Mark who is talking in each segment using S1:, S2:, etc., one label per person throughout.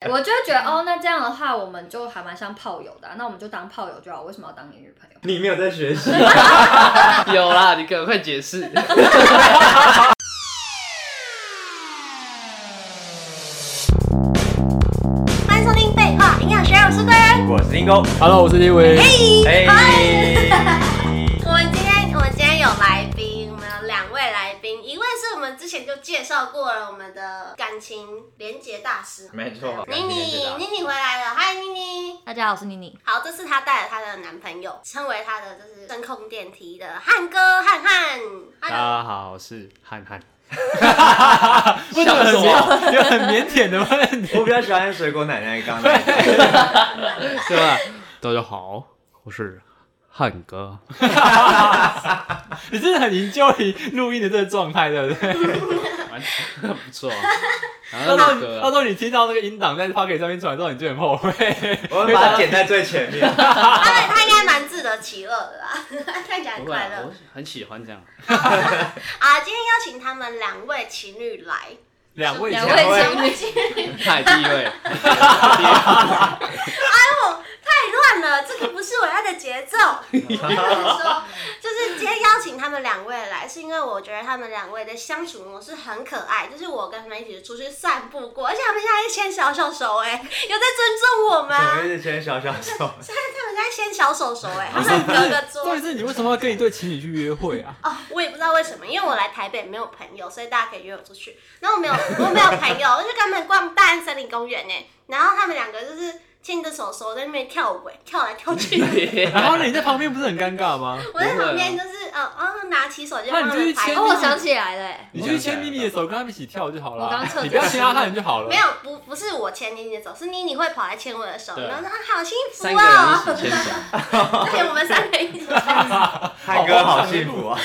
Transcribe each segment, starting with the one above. S1: 我就会觉得哦，那这样的话，我们就还蛮像炮友的啊、那我们就当炮友就好，为什么要当你女朋友？
S2: 你没有在学 习，
S3: 哎
S4: 有啦，你赶快解释。
S3: 欢迎收听《废话营养学》，我是贵人。
S2: 我是英工，
S5: Hello，我是立威。
S2: 哎、
S3: 我们今天我们今天有来宾，我们有两位来宾，一位是我们之前就介绍过了我们的感情连结大师，
S4: 嗯
S2: 没错
S3: 妮妮，妮妮回来了，嗨，妮妮。
S1: 大家好，我是妮妮。
S3: 好，这次她带了她的男朋友，称为她的就是声控电梯的汉哥汉汉。
S5: 大
S3: Hello，
S5: 家好，我是汉汉。
S4: 为什么很
S5: 么？有很腼腆的问题，
S2: 我比较喜欢水果奶奶刚 刚那个，
S5: 对吧？大家好，我是汉哥。 你真的很营救你录音的这个状态，对不对？
S4: 不错，
S5: 到
S4: 然
S5: 时候
S4: 后
S5: 你
S4: 那
S5: 到时
S4: 个
S5: 候你听到那个啊音档在 p o c k e t 上面传之后，你就很后悔。
S2: 我会把它剪在最前 面。
S4: 啊
S3: 他他应该蛮自得其乐的啦， 看起来很
S4: 不会
S3: 快
S4: 啊，
S3: 乐
S4: 我。很喜欢这样。
S3: 啊，今天邀请他们两位情侣来，
S5: 两位
S1: 两
S5: 讲
S2: 位
S1: 位情侣，
S4: 太地位，
S3: 太乱了，这个不是我要的节奏。我跟你说，就是今天邀请他们两位来，是因为我觉得他们两位的相处模式很可爱。就是我跟他们一起出去散步过，而且他们现在牵小手手、哎，有在尊重我们、
S2: 我
S3: 啊
S2: 一。直牵小小手，
S3: 他们现在牵小手手、哎，他们隔个桌
S5: 重点。是你为什么要跟一对情侣去约会啊？
S3: 哦，我也不知道为什么，因为我来台北没有朋友，所以大家可以约我出去。然后我没有，我没有朋友，我就跟他们逛大安森林公园呢。然后他们两个就是牵着手手在那边跳舞、哎跳来跳去。
S5: 然后你在旁边不是很尴尬吗？
S3: 我在旁边就是呃，哦，拿起手机
S5: 那
S3: 帮
S5: 你
S3: 他
S5: 就去
S3: 们拍
S5: 牵
S1: 哦，
S3: 照。
S1: 我
S4: 啊
S1: 想起来了欸，
S5: 你就去牵咪咪的手，跟他们一起跳就好
S1: 我刚
S5: 了
S1: 测。
S5: 你不要牵阿汉就好了
S3: 没。有，不不是我牵妮妮的手，是妮妮会跑来牵我的手，
S4: 对
S3: 然后说啊好幸福
S4: 三个
S3: 哦，
S4: 人一起牵手，
S3: 对，我们三个 一起牵。
S2: 汉哥好幸福啊！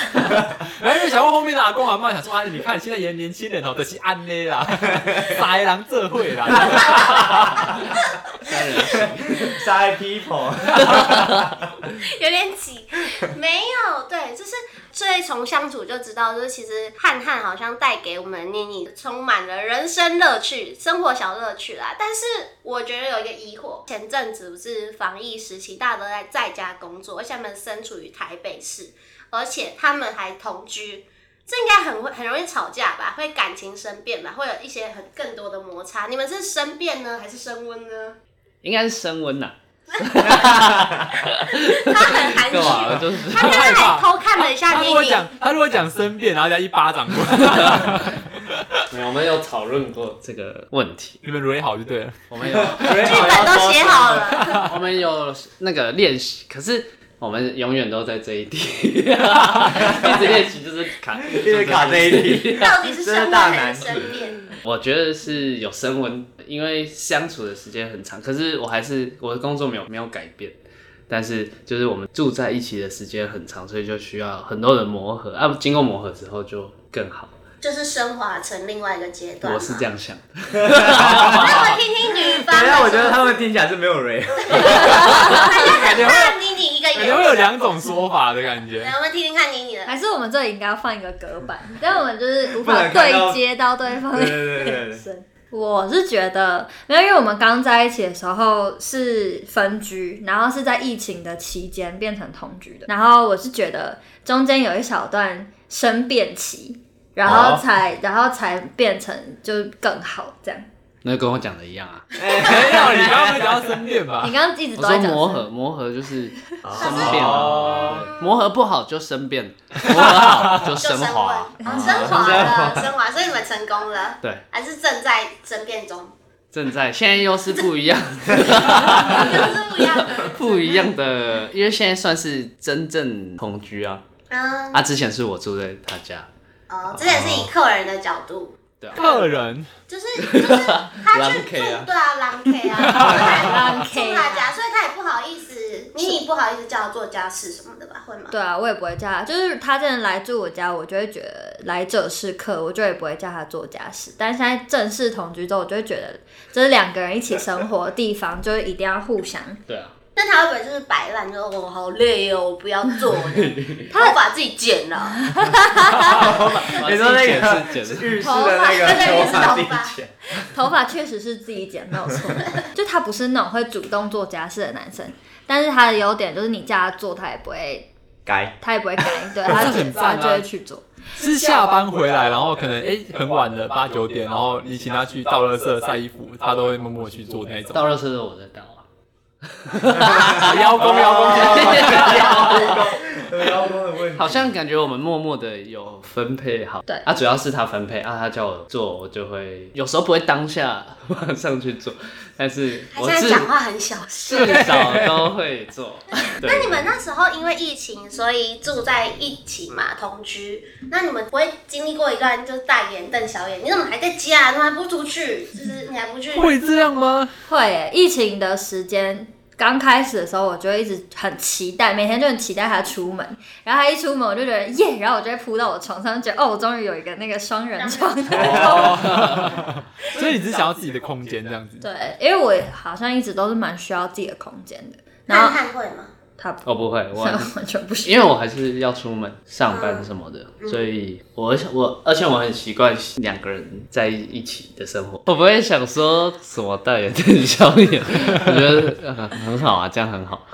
S5: 然后又想问后面的阿公阿妈，想说啊，你看现在也年轻人哦，都是安呢 啦，傻狼这会 啦。
S4: 三人行
S2: 晒 people，
S3: 有点挤，没有，对，就是所以从相处就知道，就是其实汉汉好像带给我们妮妮充满了人生乐趣、生活小乐趣啦。但是我觉得有一个疑惑，前阵子不是防疫时期，大家都在在家工作，而且他们身处于台北市，而且他们还同居。这应该很会很容易吵架吧，会感情生变吧，会有一些很更多的摩擦。你们是生变呢，还是升温 呢？
S4: 应该是升温呐。
S3: 他很含蓄
S4: 干嘛？
S3: 哦，
S4: 就是
S3: 他刚刚还偷看了一下
S5: 他
S3: 妮
S5: 如果
S3: 妮。
S5: 讲他如果讲生变，然后人家一巴掌过来，
S4: 没有，我们有讨论过这个问题，
S5: 你们蕊好就对了。
S4: 我们有。
S3: 剧本都写好 了，
S4: 我们有那个练习，可是我们永远都在这一题，一直练习就是卡，一
S2: 一直卡这一 题。
S3: 到底是升温还是升变？
S4: 我觉得是有升温，因为相处的时间很长，可是我还是我的工作没有没有改变，但是就是我们住在一起的时间很长，所以就需要很多的磨合啊，经过磨合之后就更好，
S3: 就是升华成另外一个阶段。
S4: 我是这样想的。
S3: 那我听听 女
S2: 等
S3: 方
S2: 一
S3: 的。
S2: 下，我觉得他们听起来是没有 r
S3: 他就很怕妮妮一个
S5: 感
S3: 眼
S5: 觉会有
S3: 神。
S5: 两种说法的感 觉
S3: 来，。我们听听看妮妮的。
S1: 还是我们这里应该要放一个隔 板，但我们就是无
S2: 不
S1: 法
S2: 能看到
S1: 对接到对方
S2: 对
S1: 的
S2: 对对对，
S1: 我是觉得没有，因为我们刚在一起的时候是分居，然后是在疫情的期间变成同居的。然后我是觉得中间有一小段生变期，然
S4: 啊
S1: 后才、然后才变成就是更好这样。
S4: 那跟我讲的一样啊，
S2: 哎
S5: 没有，你刚刚没讲到生变吧
S1: 你？刚刚一直
S4: 我
S1: 都在
S4: 说
S1: 讲
S4: 磨合，磨合就是生
S5: 啊
S4: 变
S2: 哦，
S4: 嘛，磨合不好就生变，磨合好就
S3: 就
S4: 升
S3: 升温，
S4: 华
S3: 哦，，升华 了，升华，所以你们成功了，
S4: 对。
S3: 还是正在争辩 中，
S4: 正在，现在又是不一 样，
S3: 就是不一样的。
S4: 不一样的，因为现在算是真正同居啊，
S3: 嗯，
S4: 啊，之前是我住在他家，
S3: 哦，这也是以客人的角度，
S4: 对啊，
S5: 个人
S3: 就是就是他去
S4: 狼 K
S3: 住，
S4: 啊
S3: 对啊，狼 K 啊，
S1: 狼 K
S3: 住
S1: 啊
S3: 他家，所以他也不好意思，妮妮不好意思叫他做家事什么的吧，会吗？
S1: 对啊，我也不会叫他，就是他真的来住我家，我就会觉得来者是客，我就也不会叫他做家事。但现在正式同居之后，我就会觉得，就是两个人一起生活的地方，就是一定要互相
S4: 对啊，
S3: 那他会不会就是摆烂，就说我好累哦，我不要做了， 他会把自己剪了，
S4: 啊
S2: 你说那个
S4: 简直
S2: 日式的那个
S3: 头
S2: 头发
S3: 发对
S2: 地
S3: 日式头发
S2: 剪，
S1: 头发确实是自己剪，没有 错。就他不是那种会主动做家事的男生，但是他的优点就是你叫他做，他也不会，
S2: 改
S1: 他也不会改，对他
S5: 很
S1: 就
S5: 赞啊
S1: 他就会去做。
S5: 是下班回来，然后可能哎、很晚了八九点，然后你请他去倒垃圾、晒衣服，他都会默默去做那种。 啊
S4: 倒热车的我在倒啊，
S5: 邀功邀功邀功，
S2: 有腰功的问
S4: 好像感觉我们默默的有分配好。
S1: 对
S4: 啊，主要是他分配啊，他叫我做，我就会有时候不会当下 马上去做，但是
S3: 他
S4: 我
S3: 现在
S4: 至
S3: 讲话很小心。
S4: 至少都会 做。
S3: 那
S4: 那
S3: 你们那时候因为疫情，所以住在一起嘛，同居。那你们不会经历过一段就是大眼瞪小眼，你怎么还在家？你怎么还不出去？就是你还不去？
S5: 会这样吗？
S1: 会耶，疫情的时间刚开始的时候，我就会一直很期待，每天就很期待他出门。然后他一出门，我就觉得耶，然后我就会扑到我床上，觉得哦，我终于有一个那个双人 床。
S5: 哦 所以你只是想要自己的空间这样子。
S1: 对，因为我好像一直都是蛮需要自己的空间的。然
S3: 汉
S1: 后
S3: 汉会吗？
S1: 他不
S4: 我哦不会，我
S1: 完全不行，
S4: 因为我还是要出门上班什么的，
S3: 嗯
S4: 所以我我而且我很习惯两个人在一起的生活， 我不会想说什么大眼瞪小眼，我觉得、呃很好啊，这样很好，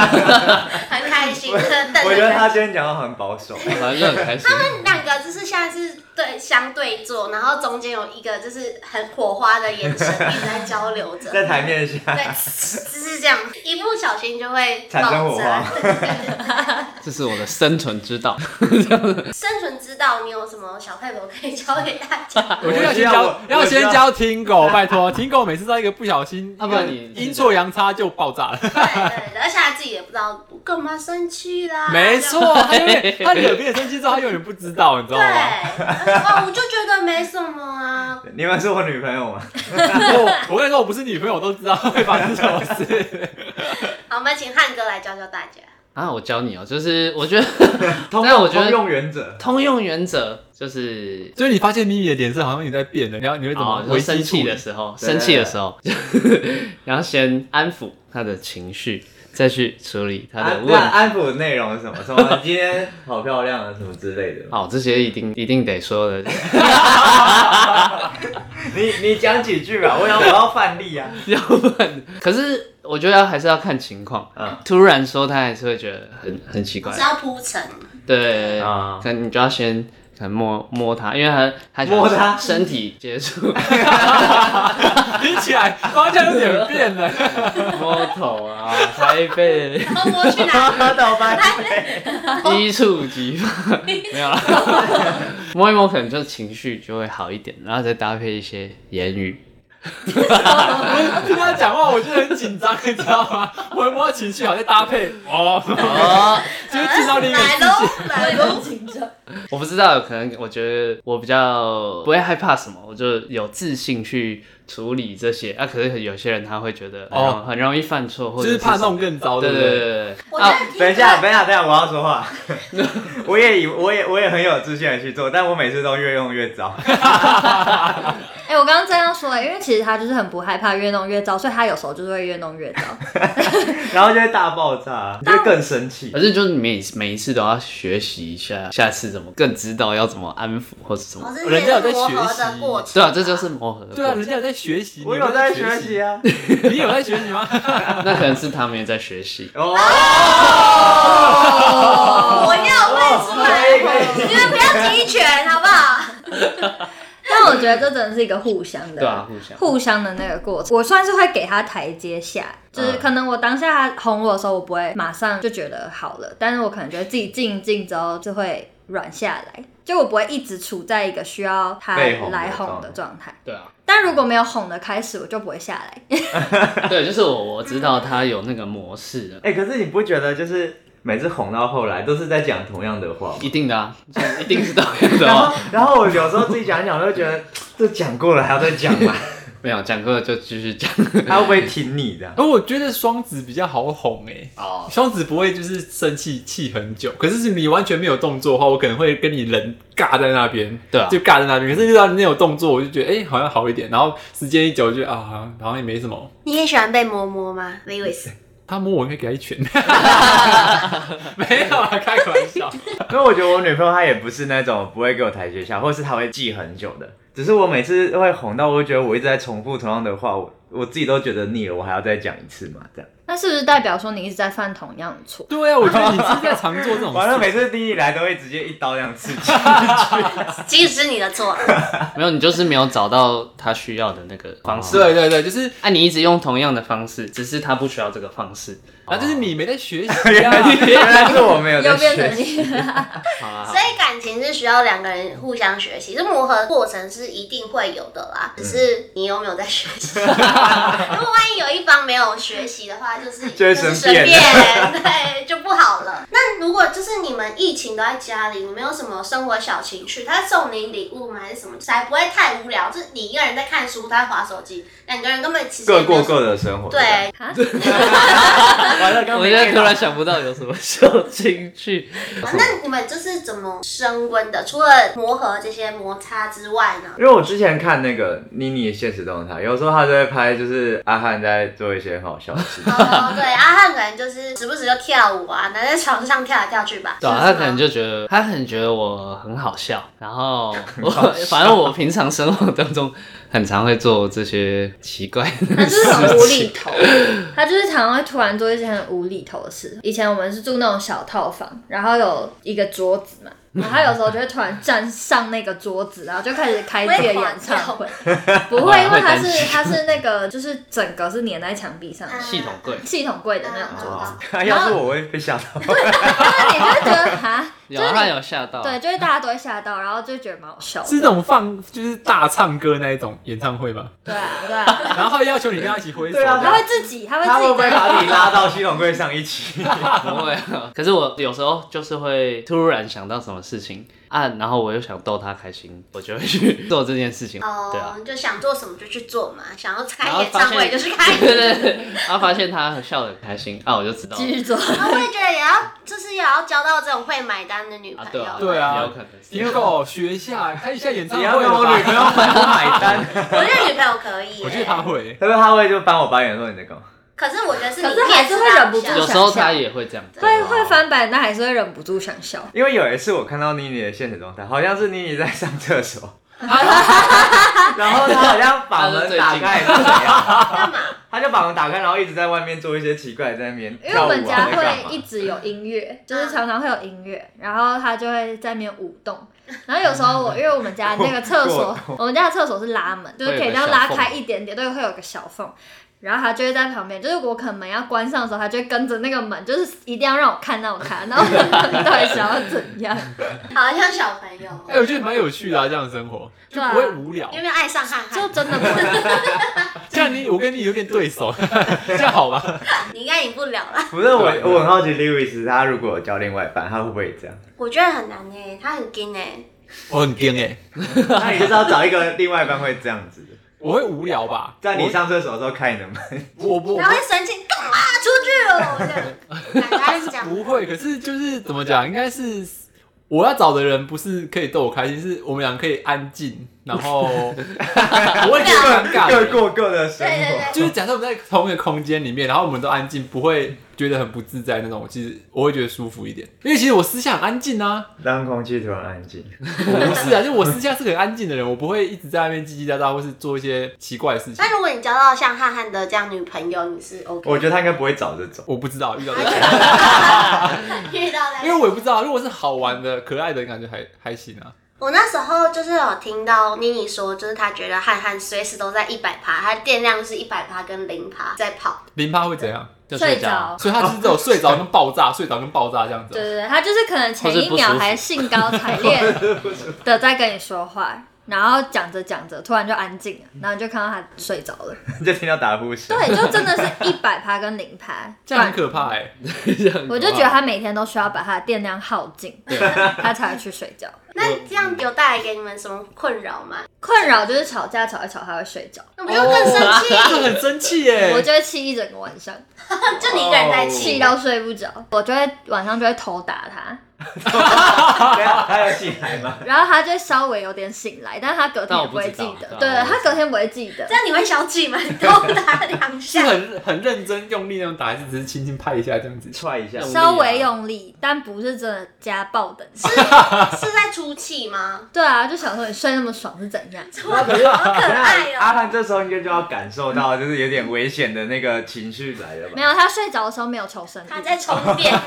S3: 很开心，就是瞪着
S2: 我觉得他
S3: 他。
S2: 今天讲话很保守，
S4: 反正就很开心。
S3: 两个就是现在是对相对坐，然后中间有一个就是很火花的眼神一直在交流着，
S2: 在台面
S3: 对
S2: 下，，
S3: 就是这样，一不小心就会
S2: 产生
S3: 爆炸
S2: 火
S4: 这是我的生存之道。
S3: 生存之道，你有什么小配博可以教给大 家？
S5: 我觉得要
S2: 我
S5: 先
S2: 需要
S5: 教
S2: 我，
S5: 要
S2: 我需
S5: 先
S2: 要
S5: 教听狗， 拜托，听狗每次在一个不小心，
S4: 啊要不然你
S5: 阴错阳差就爆炸了。
S3: 对对，对而且他自己也不知道我干嘛生气啦。
S5: 没错，他永远他惹别人生气之后，他永远不知道，你知
S3: 对，
S5: 道吗？
S3: 哦，我就觉得没什么啊。
S2: 你们是我女朋友吗？
S5: 我我跟你说，我不是女朋友，我都知道 会发生什么事。
S3: 好，我们请汉哥来教教大家。
S4: 啊，我教你哦、就是我觉得
S2: 通
S4: 但我觉得
S2: 通用原则，
S4: 通用原则就是。
S5: 就是你发现咪咪的脸色好像你在变了，你要你会怎么
S4: 哦，
S5: 维
S4: 就
S5: 系
S4: 生气
S5: 住
S4: 的？时候，
S2: 对对
S4: 生气的时候， 然后先安抚他的情绪，再去处理他的
S2: 安
S4: 问
S2: 啊那
S4: 题。
S2: 安抚的内容是什么？什么今天好漂亮啊，什么之类的。
S4: 哦，这些一定一定得说的，
S2: 你你讲几句吧，我想我要范例啊。
S4: 要不然，可是我觉得还是要看情况。
S2: 嗯
S4: 突然说，他还是会觉得很很奇怪
S3: 是。要铺陈，
S4: 对，
S2: 啊
S4: 可能你就要先可能摸摸他，因为他他想
S2: 摸他
S4: 身体接触，
S5: 听起来方向有点变 了。
S4: 摸头啊，拍背，
S3: 然后我去哪里？
S2: 他到班费，
S4: 一触即发，没有了。摸一摸，可能就情绪就会好一点，然后再搭配一些言语。
S5: 听他讲话，我就很紧张，你知道吗？我会摸到情绪，好像搭配哦，
S4: 哦，
S5: 就是进到另一个
S3: 来
S5: 世
S3: 喽
S5: 界。，
S3: 来喽。
S1: 紧张。
S4: 我不知道，可能我觉得我比较不会害怕什么，我就有自信去处理这些。啊，可是有些人他会觉得很容
S5: 哦
S4: 很容易犯错，或
S5: 就
S4: 者
S5: 是怕
S4: 什么
S5: 弄更糟，
S4: 对
S5: 不
S4: 对对对
S3: 我
S4: 对
S3: 觉
S4: 啊，
S3: 得
S2: 等一
S3: 听
S2: 下，
S3: 着
S2: 等一下，等一下，我要说话。我也以我也我也很有自信的去做，但我每次都越用越糟。
S1: 哎、我刚刚这样说、因为其实他就是很不害怕越弄越糟，所以他有时候就是会越弄越糟。
S2: 然后就会大爆炸，就会更生气。
S4: 反正就是每每一次都要学习一下，下次怎么更知道要怎么安抚或者怎
S3: 我
S4: 么。
S3: 是
S5: 人家有在
S3: 磨合
S5: 学习
S3: 的过程。
S4: 对啊，这就是磨合的
S5: 对啊，
S4: 过
S5: 人
S4: 程。
S5: 家有在学习，
S2: 我
S5: 你
S2: 有在学习
S5: 习，
S2: 啊。。
S5: 你有在学习吗？
S4: 那可能是他们也在学习
S2: 哦，
S3: 我要问出来，
S2: 可以可以
S3: 你们不要踢拳，好不好？
S1: 但我觉得这真的是一个互相的，
S4: 对啊，互相。
S1: 互相的那个过程。我算是会给他台阶下，就是
S4: 嗯
S1: 可能我当下他哄我的时候，我不会马上就觉得好了，但是我可能觉得自己静一静之后就会软下来，就我不会一直处在一个需要他
S2: 被哄的
S1: 来哄
S2: 状
S1: 的
S2: 态
S1: 状态。
S4: 对啊，
S1: 但如果没有哄的开始，我就不会下来。
S4: 对，就是我我知道他有那个模式的，
S2: 哎、可是你不觉得就是每次哄到后来都是在讲同样的话吗？
S4: 一定的啊，就是一定是这样的
S2: 然
S4: 啊。
S2: 后，然后我有时候自己讲一讲，就觉得这讲过了还要再讲嘛，
S4: 没有讲过就继续讲。
S2: 他会不会挺你的？
S5: 而我觉得双子比较好哄诶、
S4: 哦，
S5: 双子不会就是生气气很久，可是你完全没有动作的话，我可能会跟你人尬在那边，
S4: 对啊
S5: 就尬在那边。可是遇到你有动作，我就觉得哎、好像好一点。然后时间一久，就觉得啊，好像好像也没什么。
S3: 你也喜欢被摸摸吗，Lewis？
S5: 他摸我应该给他 一拳，没有啊，开个玩笑。
S2: 因为我觉得我女朋友她也不是那种不会给我台阶下，或是她会记很久的。只是我每次都会哄到，我就觉得我一直在重复同样的话，我我自己都觉得腻了，我还要再讲一次嘛？这样。
S1: 那是不是代表说你一直在犯同样的错？
S5: 对啊，我觉得你是在常做这种
S2: 完了，
S5: 事。
S2: 每次第一来都会直接一刀这样刺激。
S3: 即使是你的错，
S4: 没有，你就是没有找到他需要的那个方
S2: 哦
S4: 式。
S5: 对对对，就是
S4: 啊，你一直用同样的方式，只是他不需要这个方式。
S5: 啊，就是你没在学习
S2: 哦原
S5: 啊。
S2: 来是原来是我没有 在
S1: 又变
S2: 学
S1: 成
S2: 习。
S1: 你，
S5: 好啦好
S2: 啊
S3: 所
S5: 啦
S3: 以感情是需要两个人互相学习，这磨合过程是一定会有的啦。
S2: 嗯
S3: 只是你有没有在学 习？如果万一有一方没有学习的话，就是
S2: 就
S3: 就是是
S2: 生
S3: 生
S2: 变
S3: 变，对，就不好了。那如果就是你们疫情都在家里，你们有什么生活小情趣？他送你礼物吗？还是什么？才不会太无聊。就是你一个人在看书，他划手机，两个人根本其实也
S2: 各
S3: 没
S2: 过
S3: 有什么
S2: 各的生活。
S3: 对，
S2: 完了，刚
S4: 我
S2: 没
S4: 现在
S2: 听
S4: 突
S2: 到
S4: 然想不到有什么 小情趣。
S3: 那你们就是怎么升温的？除了磨合这些摩擦之外呢？
S2: 因为我之前看那个妮妮的现实动态，有时候她就会拍，就是阿汉在做一些很好笑的事情。
S3: 哦，对，阿汉可能就是时不时就跳舞啊，男在床上跳来跳去吧。
S4: 对啊，
S3: 是不是
S4: 他可能就觉得他很觉得我很好笑，然后我反正我平常生活当中很常会做这些奇怪
S1: 他
S4: 的
S1: 就是很无厘头，他就是常常会突然做一些很无厘头的事。以前我们是住那种小套房，然后有一个桌子嘛，然后他有时候就会突然站上那个桌子，然后就开始开自己的演唱会。 不会，因为他是他是那个就是整个是粘在墙壁上的
S4: 系统柜。
S1: 系统柜的那种桌子，
S2: 哦， 要是我会被吓到。
S1: 那你就会觉得哈，就
S4: 有啊，他
S1: 是
S4: 有吓到。
S1: 你对，就是大家都会吓到，然后就觉得蛮好笑的。
S5: 是那种放就是大唱歌那一种演唱会吧，
S1: 对啊，对啊，
S5: 然后要求你跟他一起挥手。
S2: 对啊
S1: 他会自己，他会
S2: 他
S1: 自
S2: 会
S1: 己
S2: 不会把你拉到系统柜上一起？
S4: 不会啊。可是我有时候就是会突然想到什么事情啊，然后我又想逗他开心，我就会 去做这件事情。对啊
S3: 哦，，就想做什么就去做嘛，想要开
S4: 然后
S3: 演
S4: 发
S3: 唱
S4: 现
S3: 会就去开
S4: 。对对对，然后发现他笑得很开心啊，我就知道了
S1: 继续做。
S3: 啊，我也觉得也要，就是也要交到这种会买单的女
S4: 啊
S3: 朋，
S4: 对啊，
S3: 友。
S5: 对啊
S4: 有可能是。
S5: Diego 学一下，开一下演 唱
S2: 你
S5: 会
S2: 要跟我女朋
S5: 吧。
S2: 友买单？
S3: 我觉得女朋友可以耶，
S5: 我觉得他会，
S2: 他说他会就翻我白眼说你在干嘛？
S3: 可是我觉得是
S1: 可
S3: 你
S1: 是还是会忍不住
S4: 有时候他也会这样子，
S1: 会会翻版，但还是会忍不住想笑。
S2: 因为有一次我看到妮妮的现实动态，好像是妮妮在上厕所，然后她好像把门打开还是怎样，
S3: 啊干嘛？
S2: 她就把门打开，然后一直在外面做一些奇怪的在那边
S1: 因为我
S2: 跳舞啊，
S1: 们家
S2: 在干
S1: 会
S2: 嘛
S1: 一直有音乐，就是常常会有音乐，然后他就会在那边舞动。然后有时候我，因为我们家那个厕 所，我们家的厕所是拉门，就是可以这样拉开一点点，对，会有个小缝。然后他就会在旁边，就是我可能门要关上的时候，他就会跟着那个门，就是一定要让我看到他， 然后我到底想要怎样？
S3: 好像小朋友，
S5: 哎、我觉得蛮有趣的、啊，这样的生活就
S1: 对啊
S5: 不会无聊
S3: 你。有没有爱上汉
S1: 就
S3: 汉？
S1: 真的不会，
S5: 这样你我跟你有点对 手，这样好吧？
S3: 你应该赢不了啦。
S2: 不是我，我很好奇 Lewis 他如果有交另外一半，他会不会也这样？
S3: 我觉得很难诶，他很硬诶。
S5: 我很颠哎、
S2: 那你就是要找一个另外一半会这样子的，
S5: 我会无聊吧？
S2: 在你上厕所的时候开你的门，
S5: 我我不
S3: 然后会生气，干嘛出去哦？这 样，感觉是这样。
S5: 不会，可是就是怎么讲，应该是我要找的人不是可以逗我开心，是我们俩可以安静，然后我会觉得 尴尬
S2: 各
S5: 的。
S2: 过各的生
S3: 对对
S2: 活。
S3: 对
S5: 就是假设我们在同一个空间里面，然后我们都安静，不会觉得很不自在那种，其实我会觉得舒服一点。因为其实我私下很安静啊，
S2: 让空气突然安静，
S5: 我不是啊，就我私下是个很安静的人，我不会一直在那边叽叽喳喳，或是做一些奇怪的事情。
S3: 那如果你交到像汉汉的这样女朋友，你是 OK？
S2: 我觉得他应该不会找这种。
S5: 我不知道遇到这个，
S3: 得遇 到的，
S5: 因为我也不知道，如果是好玩的、可爱的，感觉还还行啊。
S3: 我那时候就是有听到妮妮说，就是她觉得汉汉随时都在一百趴，她电量是一百趴跟零趴在跑。
S5: 零趴会怎样？
S4: 就
S1: 睡
S4: 觉。
S1: 着。
S5: 所以他就是只有睡着跟爆炸，睡着跟爆炸这样子
S1: 对
S5: 哦。
S1: 对对，他就是可能前
S4: 或是
S1: 一
S4: 不舒
S1: 秒
S4: 服
S1: 还兴高采烈 的在跟你说话，然后讲着讲着突然就安静了，然后你就看到他睡着了。
S2: 就听到打呼声。
S1: 对，就真的是一百趴跟零趴，
S5: 这样很可怕哎、
S1: 我就觉得他每天都需要把他的电量耗尽，他才会去睡觉。
S3: 那这样有带来给你们什么困扰吗？
S1: 困扰就是吵架吵一吵他会睡 着，
S3: 那不就更生气？
S5: 这很生气耶
S1: 我！就会气一整个晚上，
S3: 就你一个人在
S1: 气
S3: 气
S1: 到睡不着，我就会晚上就会偷打 他，
S2: 对啊，他有起来吗？
S1: 然后他就稍微有点醒来，但是他隔天
S5: 但
S1: 也
S5: 我
S1: 不
S5: 不
S1: 会
S5: 知
S1: 记
S5: 道
S1: 得，
S5: 对
S1: 对
S5: 啊我不知道
S1: 他隔天不会记得
S3: 这，样你会小气吗？你多打两
S5: 是
S3: 下，
S5: 很很认真用力那种打，还是只是轻轻拍一下这样子？
S2: 踹一下，
S5: 那我
S1: 稍微用力，但不是真的家暴等级。
S3: 是在出气吗？
S1: 对啊，就想说你睡那么爽是怎样？
S3: 好可爱
S2: 阿
S3: 哦、
S2: 汉这时候应该就要感受到，就是有点危险的那个情绪来了吧
S1: 没？有，他睡着的时候没有求生欲，
S3: 他在充电，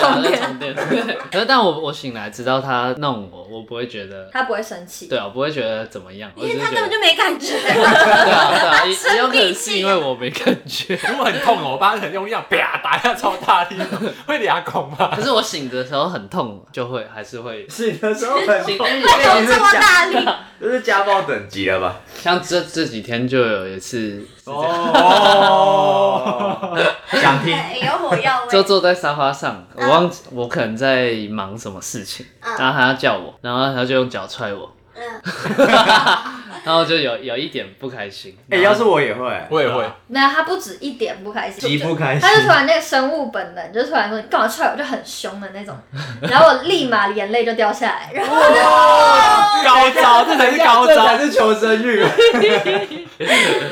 S1: 充
S4: 对
S1: 电
S4: 啊，充电。 可是，但我我醒来，直到他弄我，我不会觉得，
S1: 他不会生气。
S4: 对啊，我不会觉得怎么样。我
S3: 因
S4: 只
S3: 为
S4: 是
S3: 他
S4: 觉
S3: 根
S4: 得
S3: 本就没感觉。
S4: 对啊，对啊，也也有可能
S3: 生理性
S4: 是因为我没感觉。
S5: 如果很痛哦，我爸很用力，啪打一下超大力，会俩孔 吗？
S4: 可是我醒的时候很痛，就会还是 会
S2: 是的时候很
S4: 醒。
S2: 痛，
S4: 因为
S3: 为什么这么大力？
S2: 这是家暴等级了吧？
S4: 像这这几天就有一次，
S2: 哦，想听。
S3: 对哎有火药味。
S4: 就坐在沙发上，我忘记我可能在忙什么事情，
S3: 嗯
S4: 然后他要叫我，然后他就用脚踹我，
S3: 嗯，
S4: 然后就有有一点不开心。
S2: 哎，要是我也会，
S5: 我也会，
S1: 没有，他不止一点不开心，
S2: 极不 开心
S1: 他就突然那个生物本能，就突然说你干嘛踹我，就很凶的那种，然后我立马眼泪就掉下来，然后
S5: 高招，这才是高
S2: 哦这
S5: 招
S2: 才。是哎求生 欲。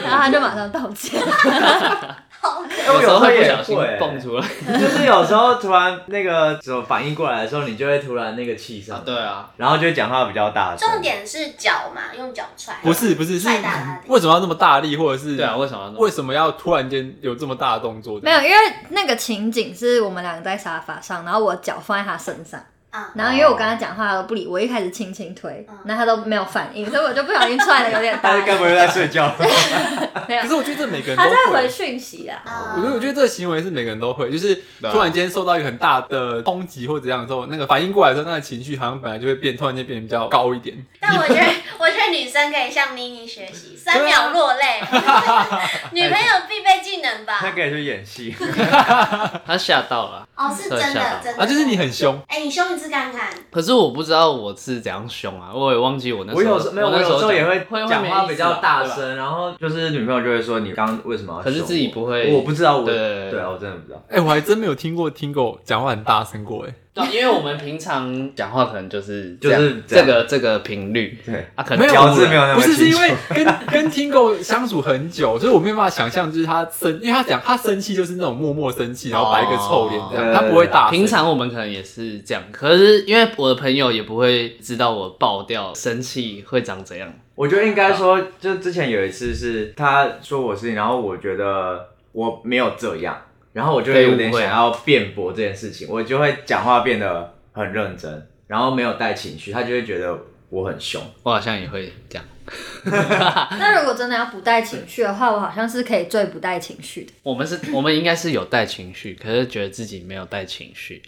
S1: 然后他就马上道歉，
S2: 我
S4: 有时候
S2: 会
S4: 会不
S2: 也
S4: 小心
S2: 会欸
S4: 蹦出来。
S2: 就是有时候突然那个什么反应过来的时候，你就会突然那个气上，
S4: 对啊，
S2: 然后就会讲话比较大声。
S3: 重点是脚嘛，用脚踹。
S5: 不是不是是
S3: 太大了
S5: 为什么要那么大力，或者是
S4: 对啊，为什么要弄？
S5: 为什么要突然间有这么大的动作？
S1: 没有，因为那个情景是我们两个在沙发上，然后我脚放在他身上，
S3: 啊，
S1: 然后因为我跟他讲话他都不理我，一开始轻轻推，然后他都没有反应，所以我就不小心踹的有点大
S2: 他，该不会在睡 觉？
S1: 没有
S5: 可，是我觉得这每个人
S1: 他
S5: 都
S1: 在回
S5: 会。
S1: 讯息啦，
S3: 啊
S5: 我觉得，我觉得这个行为是每个人都会，就是
S4: 对啊
S5: 突然间受到一个很大的冲击或怎样之后，那个反应过来之后，那个情绪好像本来就会变，突然间变得比较高一点。
S3: 但我觉得， 我觉得女生可以向妮妮学习，三秒 落泪，女朋友必备技能吧
S2: 他？可以去演戏。
S4: 他吓到了？
S3: 哦，是真
S4: 特效
S3: 的，真的。
S5: 啊，就是你很凶，
S3: 哎、你凶一次 看看，
S4: 可是我不知道我是怎样凶啊，我也忘记 我那时候。
S2: 我有时候没有，
S4: 我
S2: 我
S4: 那
S2: 有时候
S4: 讲
S2: 也
S4: 会会
S2: 讲
S4: 没
S2: 话
S4: 意思
S2: 比较
S4: 啊
S2: 大。
S4: 对吧
S2: 声，然后就是女朋友就会说你刚刚为什么要凶我？
S4: 可是自己不会
S2: 我不知道我。
S4: 对对对
S2: 对啊，我真的不知道。
S5: 哎、我还真没有听过听狗讲话很大声过哎，
S4: 对啊，因为我们平常讲话可能 就是
S2: 就是
S4: 这样
S2: 这样
S4: 这个这个频率
S2: 对，
S4: 啊，可
S5: 没
S4: 能
S5: 有
S2: 咬
S4: 突
S2: 字
S4: 然
S2: 没有那
S5: 不
S2: 么
S5: 是是
S2: 清
S5: 因
S2: 楚。
S5: 为跟跟听狗相处很久，所以我没有办法想象，就是他生，因为他讲他生气就是那种默默生气，然后摆一个臭脸这样，
S2: 哦
S5: 他不会大声。
S4: 平常我们可能也是这样，可是因为我的朋友也不会知道我爆掉、生气会长怎样。
S2: 我觉得应该说，就之前有一次是他说我事情，然后我觉得我没有这样，然后我就会有点想要辩驳这件事情，我就会讲话变得很认真，然后没有带情绪，他就会觉得我很凶。
S4: 我好像也会这样。
S1: 那如果真的要不带情绪的话，我好像是可以最不带情绪的。
S4: 我们是， 我们应该是有带情绪，可是觉得自己没有带情绪。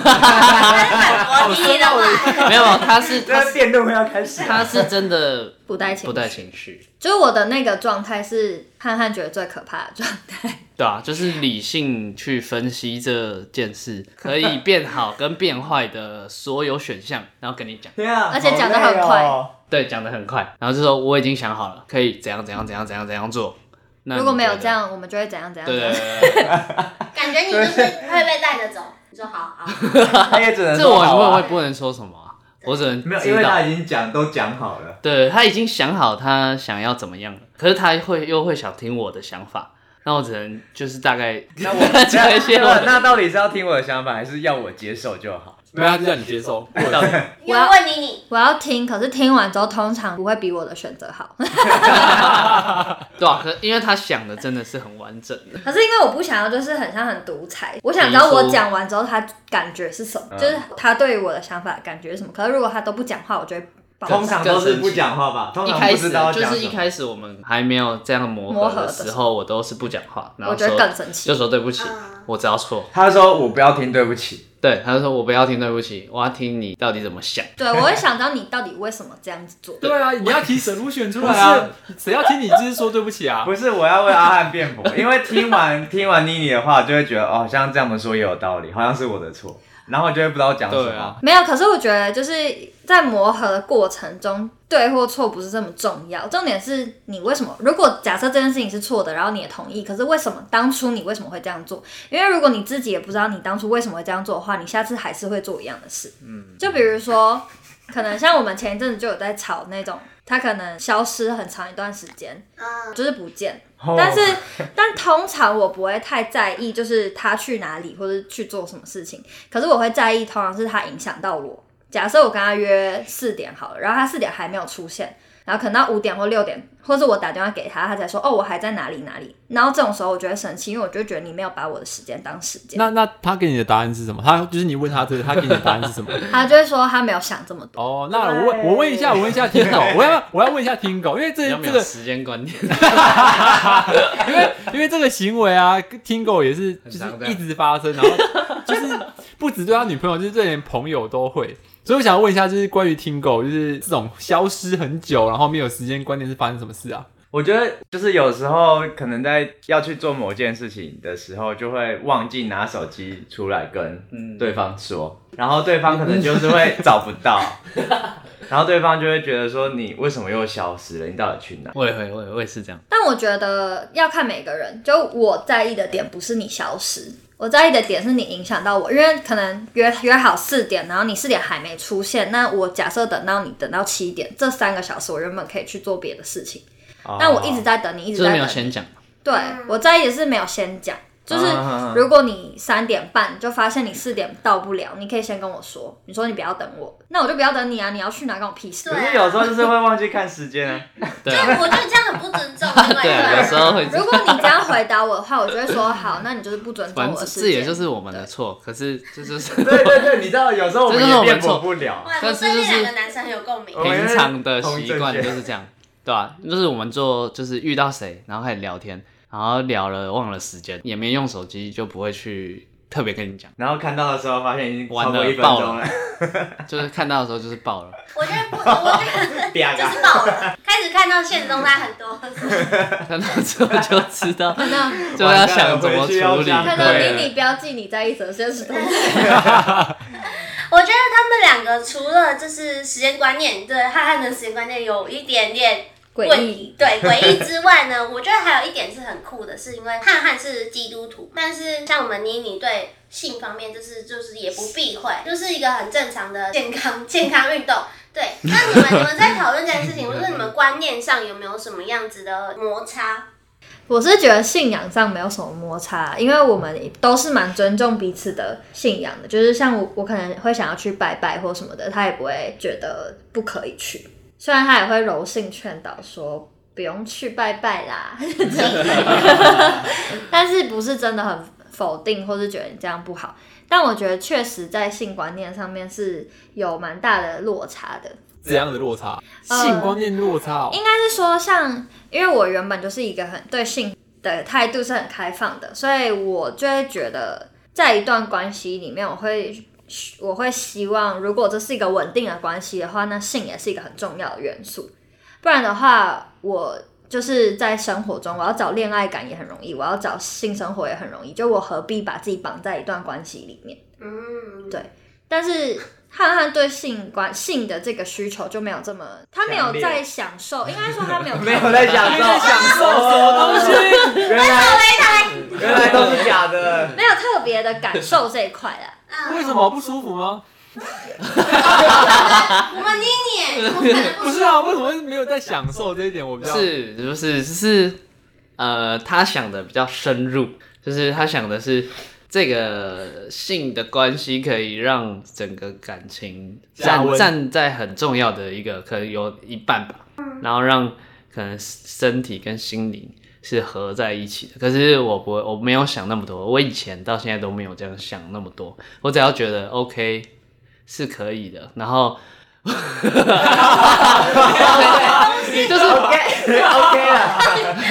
S3: 反驳妮妮的话，
S4: 没有，他是他
S2: 那
S4: 是
S2: 辩论会要开 始
S4: 他是真的
S1: 不带情绪
S4: 不带情绪，
S1: 就是我的那个状态是汉汉觉得最可怕的状态，
S4: 对啊，就是理性去分析这件事可以变好跟变坏的所有选项，然后跟你讲。
S2: 对啊，
S1: 而且讲得
S2: 好
S1: 很快
S2: 累哦
S4: 对，讲的很快，然后就说我已经想好了，可以怎样怎样怎样怎样怎样做。 那你
S1: 如果没有
S4: 觉得
S1: 这，样，我们就会怎样怎样。
S4: 对
S1: 怎
S4: 对
S1: 样。
S4: 对对 对，
S3: 感觉你就是会被带着走。你说好好，
S2: 他也只能
S4: 这
S2: 说
S4: 我
S2: 好
S4: 我
S2: 啊
S4: 也不能说什么啊、我只能
S2: 没有，
S4: 知
S2: 因为他
S4: 道。
S2: 已经讲都讲好了。
S4: 对他已经想好他想要怎么样了，可是他会又会想听我的想法，那我只能就是大概
S2: 那我
S4: 讲一些我
S2: 那
S4: 的。
S2: 那到底是要听我的想法，还是要我接受就好？
S5: 没有，他就叫你接受， 或者
S4: 啊
S5: 是
S3: 因为问妮妮，
S1: 我要听，可是听完之后通常不会比我的选择好。
S4: 对啊，可因为他想的真的是很完整的，
S1: 可是因为我不想要，就是很像很独裁，我想知道
S4: 比如说
S1: 我讲完之后他感觉是什么，
S2: 嗯
S1: 就是他对我的想法感觉是什么。可是如果他都不讲话，我就会爆
S2: 通常都是
S4: 更生气
S2: 不讲话吧，通
S4: 一
S2: 常
S4: 开
S2: 不
S4: 始
S2: 知道要
S4: 就
S2: 讲
S4: 是
S2: 什
S4: 一
S2: 么
S4: 开始我们还没有这样磨
S1: 磨
S4: 合
S1: 合
S4: 的
S1: 的
S4: 时
S1: 时
S4: 候，我都是不讲话，然
S1: 我
S4: 后
S1: 觉得
S4: 说
S1: 更生气
S4: 就。说对不起，
S3: 嗯
S4: 我只要错，
S2: 他说我不要听，对不起。
S4: 对，他就说我不要听对不起，我要听你到底怎么想。
S1: 对，我会想知道你到底为什么这样子做。
S5: 对啊，你要提 solution 出来啊，谁要听你就是说对不起啊？
S2: 不是我要为阿汉辩 驳，因为听完听完妮妮的话，就会觉得哦，好像这样么说也有道理，好像是我的错。然后就会不知道讲什
S5: 对
S2: 么
S5: 啊。
S1: 没有，可是我觉得就是在磨合的过程中，对或错不是这么重要，重点是你为什么。如果假设这件事情是错的，然后你也同意，可是为什么当初你为什么会这样做？因为如果你自己也不知道你当初为什么会这样做的话，你下次还是会做一样的事。嗯，就比如说，可能像我们前一阵子就有在吵那种，他可能消失很长一段时间，
S3: 嗯，
S1: 就是不见。
S2: 哦
S1: 但是，但通常我不会太在意，就是他去哪里或者去做什么事情。可是我会在意，通常是他影响到我。假设我跟他约四点好了，然后他四点还没有出现，然后可能到五点或六点，或是我打电话给他，他才说哦我还在哪里哪里。然后这种时候我就会生气，因为我就觉得你没有把我的时间当时间。
S5: 那那他给你的答案是什么？他就是你问他这个，他给你的答案是 什么？
S1: 他就会说他没有想这么多。
S5: 哦，那我问我问一下，我问一下听狗， 我要我要问一下听狗，因为这
S4: 你要没
S5: 这
S4: 有
S5: 个
S4: 时间观 念，
S5: 因为因为这个行为啊，听狗也是就是
S4: 常这样
S5: 一直发生，然后就是不止对他女朋友，就是对连朋友都会。所以我想问一下，就是关于听狗，就是这种消失很久，然后没有时间观念是发生什么事啊？
S2: 我觉得就是有时候可能在要去做某件事情的时候，就会忘记拿手机出来跟
S4: 嗯
S2: 对方说，然后对方可能就是会找不 到，然后对方就会觉得说你为什么又消失了？你到底去哪？
S4: 我也会，我也我也是这样。
S1: 但我觉得要看每个人，就我在意的点不是你消失，我在意的点是你影响到我，因为可能约约好四点，然后你四点还没出现，那我假设等到你等到七点，这三个小时我原本可以去做别的事情， 但我一直
S2: 哦
S1: 在等你，一直
S4: 就
S1: 在
S4: 是没有
S1: 等
S4: 先讲，
S1: 对我在意的是没有先讲，就是
S2: 啊
S1: 如果你三点半就发现你四点到不了，你可以先跟我说，你说你不要等我，那我就不要等你啊，你要去哪关我屁事
S3: 对。
S2: 可是有时候就是会忘记看时间啊。
S4: 对
S3: 就
S4: 啊，
S3: 我觉得这样很不 尊重另外一
S4: 对
S3: 个
S4: 啊，有时
S3: 人。
S4: 候会这
S1: 如
S4: 样。
S1: 果你这样回答我的话，我就会说好，那你就是不尊重
S4: 反
S1: 我的
S4: 正
S1: 时
S4: 这
S1: 间。
S4: 也就是我们的错，可是这就是
S2: 对对对，你知道有时候我
S4: 这
S2: 们
S4: 就是
S2: 也
S4: 我们
S2: 辩
S4: 错
S2: 驳不了。
S3: 哇，
S4: 但
S3: 我
S4: 是
S3: 对
S4: 就
S3: 这
S4: 是哦
S3: 两个男生很有共鸣。
S2: 我们
S4: 平
S2: 是
S4: 常的习
S2: 同
S4: 惯
S2: 正
S4: 就
S2: 确
S4: 是这样，对吧、就是我们做，就是遇到谁，然后开始聊天，然后聊了忘了时间，也没用手机，就不会去特别跟你讲，
S2: 然后看到的时候发现已经超
S4: 完
S2: 过
S4: 了
S2: 一分
S4: 爆
S2: 钟
S4: 了
S2: 了，
S4: 就是看到的时候就是爆了。
S3: 我觉得不，我觉
S2: 啪
S3: 得 就是爆了。开始看到现动态很多，
S4: 看到之后就知道，
S1: 看到
S4: 就要想怎么处理。啊
S2: 完蛋了
S1: 看到
S2: 回去
S1: 妮
S2: 要
S1: 妮标记你在意什么现实东西，
S3: 我觉得他们两个除了就是时间观念，对汉汉的时间观念有一点点
S1: 诡异。，
S3: 对诡异之外呢，我觉得还有一点是很酷的，是因为汉汉是基督徒，但是像我们妮妮对性方面就是就是也不避 讳，就是一个很正常的健康健康运动。对，那你们你们在讨论这件事情，就是你们观念上有没有什么样子的摩擦？
S1: 我是觉得信仰上没有什么摩擦，因为我们都是蛮尊重彼此的信仰的。就是像我，我可能会想要去拜拜或什么的，他也不会觉得不可以去。虽然他也会柔性劝导说不用去拜拜啦，但是不是真的很否定或是觉得你这样不好。但我觉得确实在性观念上面是有蛮大的落差的。
S5: 怎样的落差？
S1: 呃
S5: 性观念落差、哦，
S1: 应该是说像，因为我原本就是一个很对性的态度是很开放的，所以我就会觉得，在一段关系里面，我会我会希望，如果这是一个稳定的关系的话，那性也是一个很重要的元素。不然的话，我就是在生活中，我要找恋爱感也很容易，我要找性生活也很容易，就我何必把自己绑在一段关系里面？
S3: 嗯，
S1: 对但是汉汉对性关性的这个需求就没有这么，他没有
S2: 强烈
S1: 在享受，应该说他没有
S2: 没有在享受，啊享受什么东西？原来原来都是假的。
S1: 没有特别的感受这一块啊 啦。
S5: 为什么不舒服吗？
S3: 嗯我们妮妮，我可能
S5: 不是啊，为什么没有在享受这一点？我比较
S4: 是，不是，是，呃，他想的比较深入，就是他想的是这个性的关系可以让整个感情
S5: 加
S4: 站
S5: 温
S4: 站在很重要的一个，可能有一半吧，然后让可能身体跟心灵是合在一起的。可是我不会，我没有想那么多，我以前到现在都没有这样想那么多，我只要觉得 OK 是可以的，然后。就 是
S2: OK 了，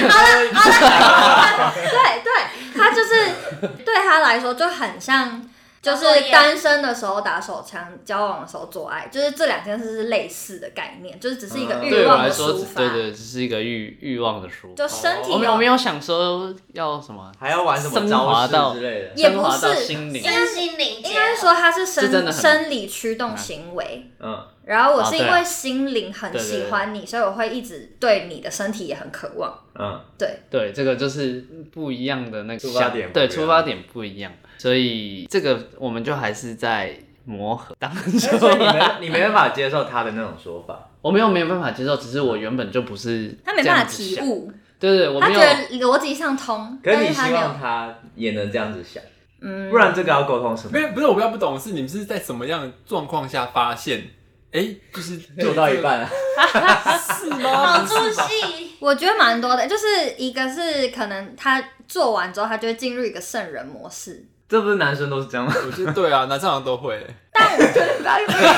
S4: 哎
S1: 对对，他就是对他来说就很像。就是单身的时候打手枪，交往的时候做爱，就是这两件事是类似的概念，就是只是一个
S2: 嗯
S1: 欲
S4: 啊对我
S1: 望
S4: 来
S1: 的
S4: 说，
S1: 抒
S4: 只
S1: 发，
S4: 对对，只是一个欲欲望的抒
S1: 就
S4: 发。
S1: 身体
S4: 我没有
S1: 有
S4: 我没有想说要什么，
S2: 还要玩什么
S4: 升华
S2: 招
S4: 到
S2: 式之类的。
S1: 也不
S4: 升华到
S1: 是
S4: 心灵，
S3: 身心灵结合
S1: 应该是说它是
S4: 这真
S1: 生
S4: 的很
S1: 生理驱动行为。
S2: 嗯，
S1: 然后我是
S4: 啊
S1: 因
S4: 对啊
S1: 为心灵很喜欢你，所以我会一直对你的身体也很渴望。
S2: 嗯，
S1: 对，
S4: 对，这个就是不一样的那个
S2: 出发
S4: 想
S2: 点不一
S4: 对，
S2: 样
S4: 出发点不一样，所以这个我们就还是在磨合当
S2: 所 以你
S4: 中。
S2: 没你没办法接受他的那种说法，
S4: 我没有没有办法接受，只是我原本就不是
S1: 他没办法
S4: 这样子
S1: 体
S4: 想，
S1: 悟，
S4: 对对，我
S1: 他
S4: 没
S1: 觉
S4: 有
S1: 得逻辑上通，
S2: 可
S1: 但
S2: 是你
S1: 是他
S2: 希
S1: 没有
S2: 望。他也能这样子想，
S1: 嗯
S2: 不然这个要沟通什么
S5: 没？有，不是我比较不懂，是你们是在什么样的状况下发现？哎、就是
S2: 做到一半啊，
S5: 是
S3: 好
S5: 吗？
S3: 出戏，
S1: 我觉得蛮多的，就是一个是可能他做完之后，他就会进入一个圣人模式。
S2: 这不是男生都是这 样吗？
S5: 我觉得对啊，男生好像都会。
S2: 哎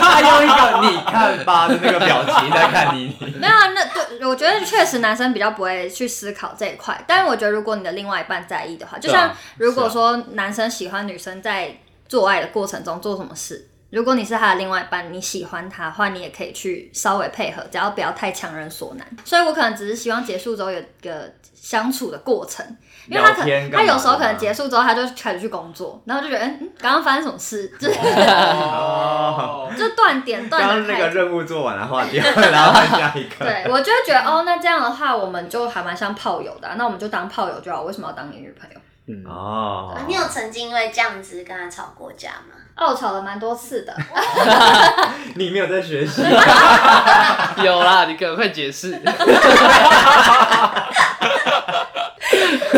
S2: 他用一个你看吧的那个表情在看你，
S1: 没有啊，那对，我觉得确实男生比较不会去思考这一块。但是我觉得，如果你的另外一半在意的话，就
S4: 对啊
S1: 像如果说男生喜欢女生在做爱的过程中做什么事，如果你是他的另外一半，你喜欢他的话，你也可以去稍微配合，只要不要太强人所难。所以我可能只是希望结束之后有个相处的过程，因为他可
S2: 聊天干
S1: 他
S2: 嘛的
S1: 有
S2: 吗
S1: 时候可能结束之后他就开始去工作，然后就觉得嗯，刚刚发生什么事， 就是
S5: 哦，
S1: 就断点
S2: 刚
S1: 断
S2: 刚
S1: 的
S2: 那
S1: 太
S2: 个任务做完了划掉，然后换下一个。
S1: 对，我就会觉得哦，那这样的话，我们就还蛮像炮友的啊、那我们就当炮友就好，为什么要当你女朋友？
S4: 嗯，
S2: 哦，
S3: 你有曾经因为这样子跟他吵过架吗？
S1: 哦，我吵了蛮多次 的，
S2: 你没有在学习，
S4: 有啦，你赶快解释。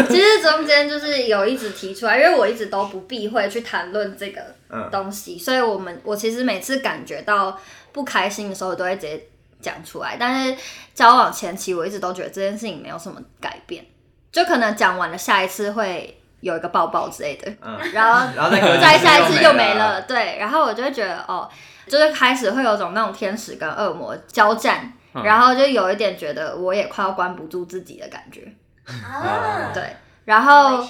S1: 其实中间就是有一直提出来，因为我一直都不避讳去谈论这个
S2: 嗯，
S1: 东西，所以我们我其实每次感觉到不开心的时候，我都会直接讲出来。但是交往前期，我一直都觉得这件事情没有什么改变，就可能讲完了，下一次会有一个抱抱之类 的，
S2: 嗯
S1: 然后
S2: 然后再隔 几
S1: 再下一次又没
S2: 没
S1: 了，。对。然后我就会觉得，哦，就是开始会有种那种天使跟恶魔交战，
S4: 嗯
S1: 然后就有一点觉得我也快要关不住自己的感觉，
S3: 啊，
S1: 对。然后，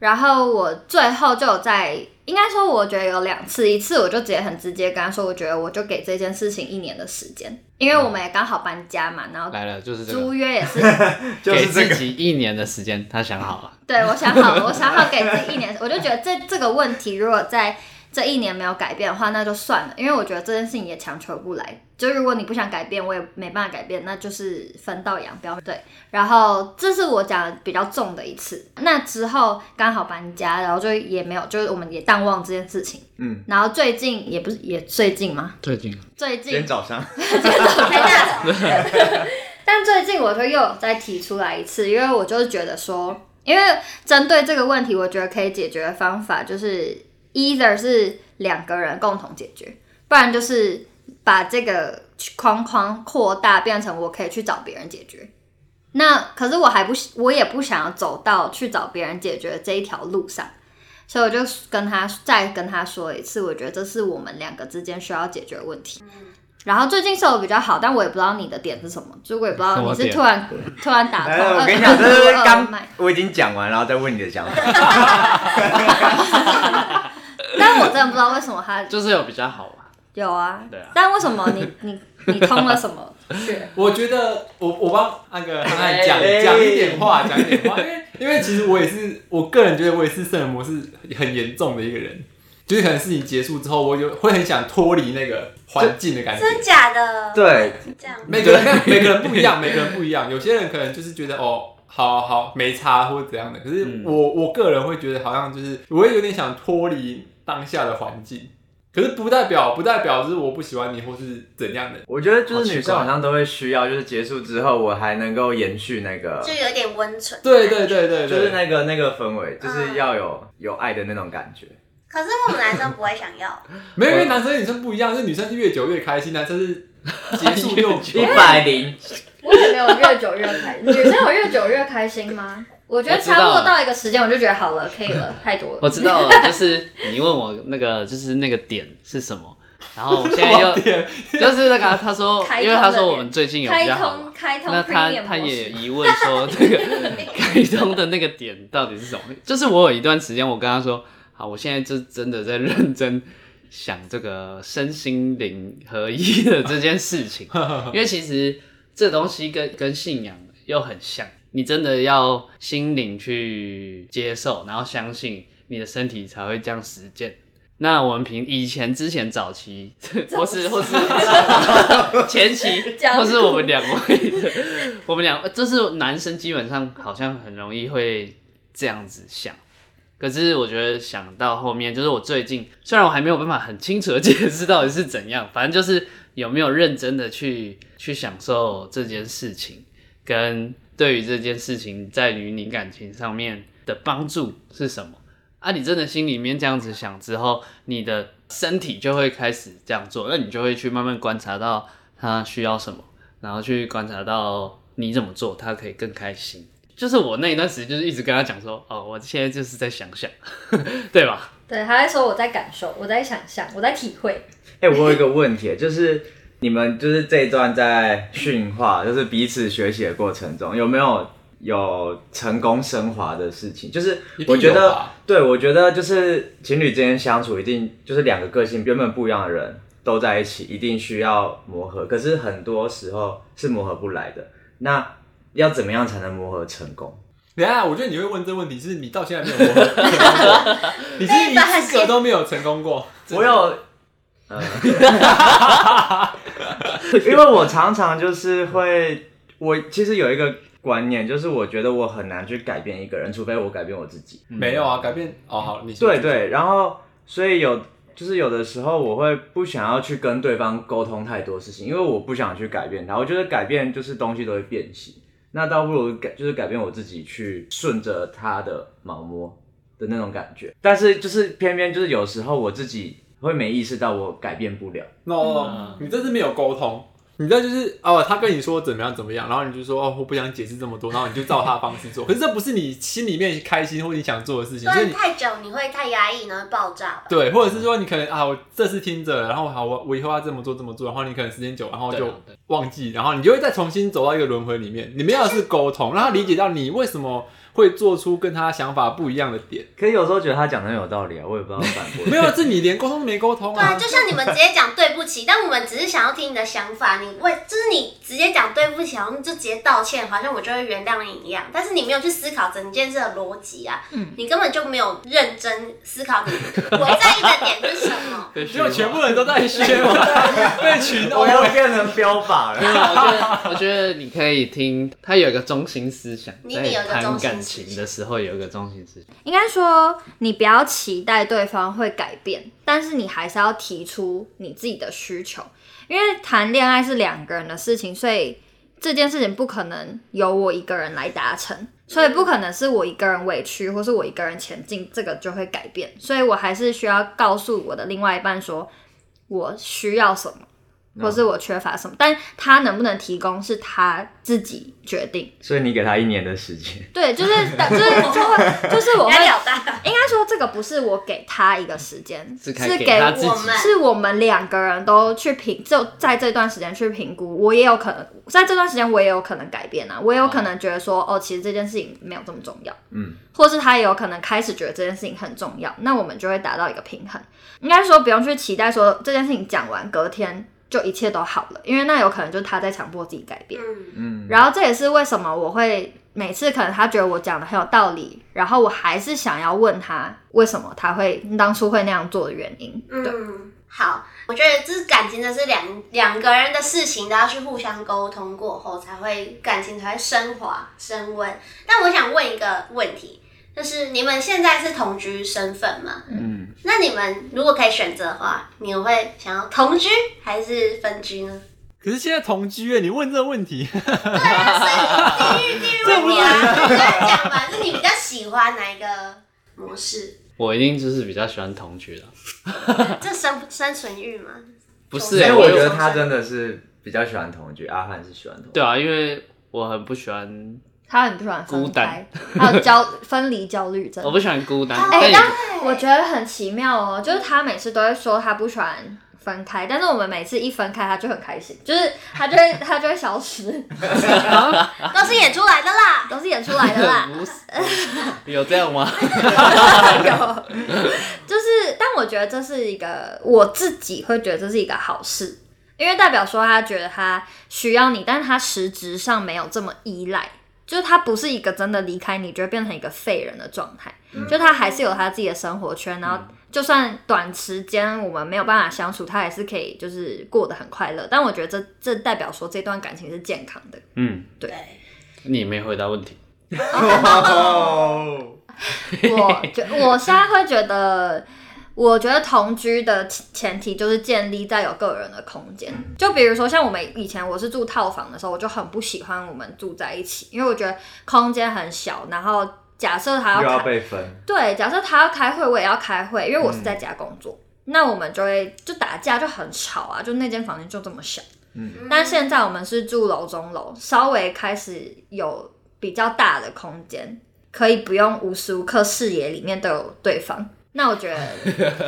S1: 然后我最后就有在，应该说我觉得有两次，一次我就直接很直接跟他说，我觉得我就给这件事情一年的时间，因为我们也刚好搬家嘛，然后
S4: 来了，就是这
S1: 租
S4: 个，
S1: 约也是
S2: 就是这
S4: 给
S2: 个
S4: 自己一年的时间，他想好了。
S1: 对，我想好了，我想好给自己一年，我就觉得这这个问题如果在这一年没有改变的话，那就算了，因为我觉得这件事情也强求不来。就如果你不想改变，我也没办法改变，那就是分道扬镳。对，然后这是我讲的比较重的一次。那之后刚好搬家，然后就也没有，就是我们也淡忘这件事情。
S2: 嗯，
S1: 然后最近也不是也最近吗？
S4: 最近
S1: 最
S2: 今天
S1: 近，
S2: 早上，
S3: 太大了，
S1: 但最近我就又有再提出来一次，因为我就是觉得说，因为针对这个问题，我觉得可以解决的方法就是 either 是两个人共同解决，不然就是把这个框框扩大，变成我可以去找别人解决。那可是我还不，我也不想要走到去找别人解决这一条路上，所以我就跟他再跟他说一次，我觉得这是我们两个之间需要解决的问题。然后最近是我比较好，但我也不知道你的点是什么，就我也不知道你
S4: 什么
S1: 是
S4: 点
S1: 突然突然打通
S2: 来了，
S1: 二，
S2: 我跟你讲，这是
S1: 二
S2: 刚
S1: 脉
S2: 我已经讲完，然后再问你的想法。
S1: 但我真的不知道为什么他
S4: 就是有比较好吧。
S1: 有啊，
S4: 对啊
S1: 但为什么你你你通了什么穴？
S5: 我觉得我我帮那个汉汉讲
S2: 哎
S5: 讲一点话，讲一点话，因为因为其实我也是，我个人觉得我也是圣人模式很严重的一个人，就是可能事情结束之后，我就会很想脱离那个环境的感觉。
S3: 真假的？，
S2: 对，
S3: 这样
S5: 每个人每个人不一样，每个人不一样。有些人可能就是觉得哦，好好没差或者怎样的。可是
S4: 嗯
S5: 我、我个人会觉得好像就是我会有点想脱离当下的环境，可是不代表不代表就是我不喜欢你或是怎样的。
S2: 我觉得就是女生
S5: 好奇怪
S2: 好像都会需要，就是结束之后我还能够延续那个
S3: 就，有点温存。
S5: 对对对对
S2: 就是
S5: 对，
S2: 那个那个氛围，就是要有有爱的那种感觉。
S3: 可是我们男生不会想要，
S5: 没有因为男生跟女生不一样，是女生是越久越开心，男生 是结束
S4: 越
S5: 又
S4: 久
S2: 一百零，
S1: 我也没有越久越开心，女生有越久越开心吗？我觉得
S4: 我知道了
S1: 差不多到一个时间，我就觉得好了，可以了，太多
S4: 我
S1: 了。
S4: 知道 了，就是你问我那个，就是那个点是什么，然后我现在又 就是那个啊他说，
S1: 开通
S4: 因为他说我们最近有比
S1: 开
S4: 较好嘛
S1: 通，开通
S4: 那他
S1: premium
S4: 他
S1: 模
S4: 也
S1: 式，
S4: 疑问 说那个开通的那个点到底是什么？就是我有一段时间我跟他说，好，我现在就真的在认真想这个身心灵合一的这件 事情，因为其实这东西跟跟信仰又很像，你真的要心灵去接受，然后相信你的身体才会这样实践。那我们平以前之前早期， 或是或是前期，
S1: 讲
S4: 或是我们两位的，我们两呃就是男生基本上好像很容易会这样子想。可是我觉得想到后面，就是我最近虽然我还没有办法很清楚的解释到底是怎样，反正就是有没有认真的去去享受这件事情，跟对于这件事情在于你感情上面的帮助是什么。啊，你真的心里面这样子想之后，你的身体就会开始这样做，那你就会去慢慢观察到他需要什么，然后去观察到你怎么做，他可以更开心。就是我那一段时间就是一直跟他讲说，哦，我现在就是在想 想，对吧？
S1: 对，他在说我在感受，我在想象，我在体会。
S2: 哎、我有一个问题，就是你们就是这一段在训话，就是彼此学习的过程中，有没有有成功升华的事情？就是
S5: 一定有
S2: 我觉得
S5: 吧，
S2: 对我觉得就是情侣之间相处，一定就是两个个性原本不一样的人都在一起，一定需要磨合。可是很多时候是磨合不来的。那要怎么样才能磨合成功？
S5: 等一下，我觉得你会问这问题，是你到现在没有磨合成功过， 你是一次个都没有成功过。
S2: 我有，呃， 因为我常常就是会，我其实有一个观念，就是我觉得我很难去改变一个人，除非我改变我自己。
S5: 没有啊，改变哦，好，你
S2: 嗯
S5: 先
S2: 对对，然后所以有就是有的时候我会不想要去跟对方沟通太多事情，因为我不想去改变他。我觉得改变就是东西都会变形，那倒不如改就是改变我自己，去顺着他的毛摸的那种感觉。但是就是偏偏就是有时候我自己会没意识到我改变不了。
S4: 嗯
S5: ，no，你这是没有沟通，你这就是哦，他跟你说怎么样怎么样，然后你就说哦，我不想解释这么多，然后你就照他的方式做，可是这不是你心里面开心或你想做的事情，
S3: 不
S5: 所以
S3: 然
S5: 你
S3: 太久你会太压抑，然后爆炸吧。
S5: 对，或者是说你可能啊，我这次听着，然后好，我我以后要这么做这么做，然后你可能时间久，然后
S4: 对
S5: 就
S4: 啊对
S5: 忘记，然后你就会再重新走到一个轮回里面。你们要的是沟通，让他理解到你为什么会做出跟他想法不一样的 点。
S2: 可是有时候觉得他讲的很有道理啊，我也不知道反驳。
S5: 没有，这你连沟通都没沟通
S3: 对啊，
S5: 啊
S3: 就。像你们直接讲对不起，但我们只是想要听你的想法。你为就是你直接讲对不起，好像就直接道歉，好像我就会原谅你一样。但是你没有去思考整件事的逻辑啊，你根本就没有认真思考你我在意的点是什么。
S4: 对，
S5: 结果全部人都在学我，被群殴
S2: 我。
S5: 啊
S2: 要变成标靶了。
S4: 我觉得，我觉得你可以听，他有一个中心思想，
S3: 你
S4: 在
S3: 得有一个
S4: 谈
S3: 中心
S4: 感
S3: 思
S4: 情
S3: 想
S4: 的时候有一个中心思想。
S1: 应该说，你不要期待对方会改变，但是你还是要提出你自己的需求，因为谈恋爱是两个人的事情，所以这件事情不可能由我一个人来达成，所以不可能是我一个人委屈或是我一个人前进，这个就会改变，所以我还是需要告诉我的另外一半说，我需要什么。或是我缺乏什么，但他能不能提供是他自己决定。
S2: 所以你给他一年的时间，
S1: 对，就是就是就会就是我会
S3: 压力好大，
S1: 应该说这个不是我给他一个时间，
S4: 是
S1: 是
S4: 该给
S1: 给
S4: 他自
S3: 我
S4: 己
S3: 们
S1: 是我们两个人都去评，就在这段时间去评估。我也有可能在这段时间，我也有可能改变啊，我也有可能觉得说，哦，其实这件事情没有这么重要，
S2: 嗯，
S1: 或是他也有可能开始觉得这件事情很重要，那我们就会达到一个平衡。应该说不用去期待说这件事情讲完隔天就一切都好了，因为那有可能就是他在强迫自己改变。
S3: 嗯，
S2: 嗯，
S1: 然后这也是为什么我会每次可能他觉得我讲的很有道理，然后我还是想要问他为什么他会当初会那样做的原因。对，
S3: 嗯，好，我觉得这是感情的是两两个人的事情都要去互相沟通过后，才会感情才会升华升温。但我想问一个问题，就是你们现在是同居身份吗？嗯，那你们如果可以选择的话，你们会想要同居还是分居呢？
S5: 可是现在同居耶，你问这个问题，
S3: 啊所以地域地域问题啊，你这样讲吧，是你比较喜欢哪一个模式？
S4: 我一定就是比较喜欢同居的，
S3: 这生生存欲吗？
S4: 不是、
S2: 所
S3: 对
S2: 以
S4: 欸？
S2: 我
S4: 我
S2: 觉
S4: 有
S2: 得他真的是比较喜欢同居，阿汉是喜欢同居。
S4: 对啊，因为我很不喜欢，
S1: 他很不喜欢分
S4: 孤
S1: 开
S4: 单，
S1: 还有焦分离焦虑症
S4: 我。不喜欢孤单。
S1: 哎
S4: 但也
S1: 我觉得很奇妙哦，就是他每次都会说他不喜欢分开，但是我们每次一分开，他就很开心，就是他就会他就会消 失，
S3: 都是演出来的啦。
S1: 都是演出来的啦。
S4: 不是有这样吗？
S1: 有，就是，但我觉得这是一个我自己会觉得这是一个好事，因为代表说他觉得他需要你，但是他实质上没有这么依赖，就是他不是一个真的离开你就会变成一个废人的状态，就他还是有他自己的生活圈，然后就算短时间我们没有办法相处，他还是可以就是过得很快乐。但我觉得这这代表说这段感情是健康的，
S4: 嗯，
S3: 对，
S4: 你没回答问题。
S2: 哦，
S1: 我觉我现在会觉得，我觉得同居的前提就是建立在有个人的空间。就比如说像我们以前我是住套房的时候，我就很不喜欢我们住在一起，因为我觉得空间很小，然后假设还
S2: 又
S1: 要
S2: 要
S1: 开
S2: 被分，
S1: 对，假设他要开会，我也要开会，因为我是
S2: 嗯
S1: 在家工作。那我们就会就打架就很吵啊，就那间房间就这么小。
S3: 嗯
S1: 但现在我们是住楼中楼，稍微开始有比较大的空间，可以不用无时无刻视野里面都有对方。那我觉得，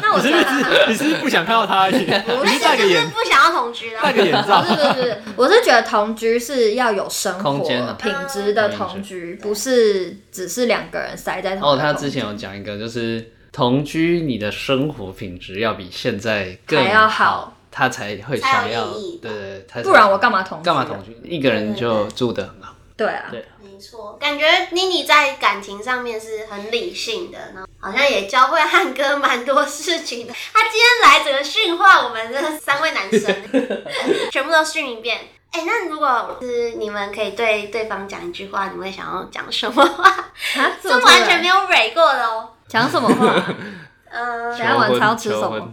S1: 那我觉得，
S5: 你是不是不想看到他而已？
S1: 不
S3: 那
S5: 你是戴
S3: 就
S5: 个
S3: 是
S5: 眼
S3: 不想要同居了。
S5: 戴个眼罩
S1: 不，是不是不是，我是觉得同居是要有生活
S4: 空间啊
S1: 品质的同居，不是只是两个人塞在同
S4: 哦，
S1: 一个
S4: 他
S1: 空
S4: 之前有讲一个，就是同居，你的生活品质要比现在更
S1: 还要好，
S4: 他才会
S3: 才
S4: 想
S3: 有
S4: 要，
S3: 意义
S4: 对
S3: 吧
S4: 对对，他才
S1: 不然我干嘛同居
S4: 干嘛
S3: 啊
S4: 同居？一个人就住得很好，
S1: 对啊，
S4: 对
S3: 没错，感觉妮妮在感情上面是很理性的，然后好像也教会汉哥蛮多事情的。 他今天来整个训话我们这三位 男生，全部都训一遍。哎、那如果是你们可以对对方讲一句话，你们会想要讲什么话？
S1: 啊，
S3: 这
S1: 么突
S3: 完
S1: 然
S3: 全没有蕊过的哦。
S1: 讲什么话，啊
S3: 嗯、
S1: 等下晚
S4: 求婚
S1: 餐要吃
S4: 求
S1: 什
S4: 婚
S1: 么？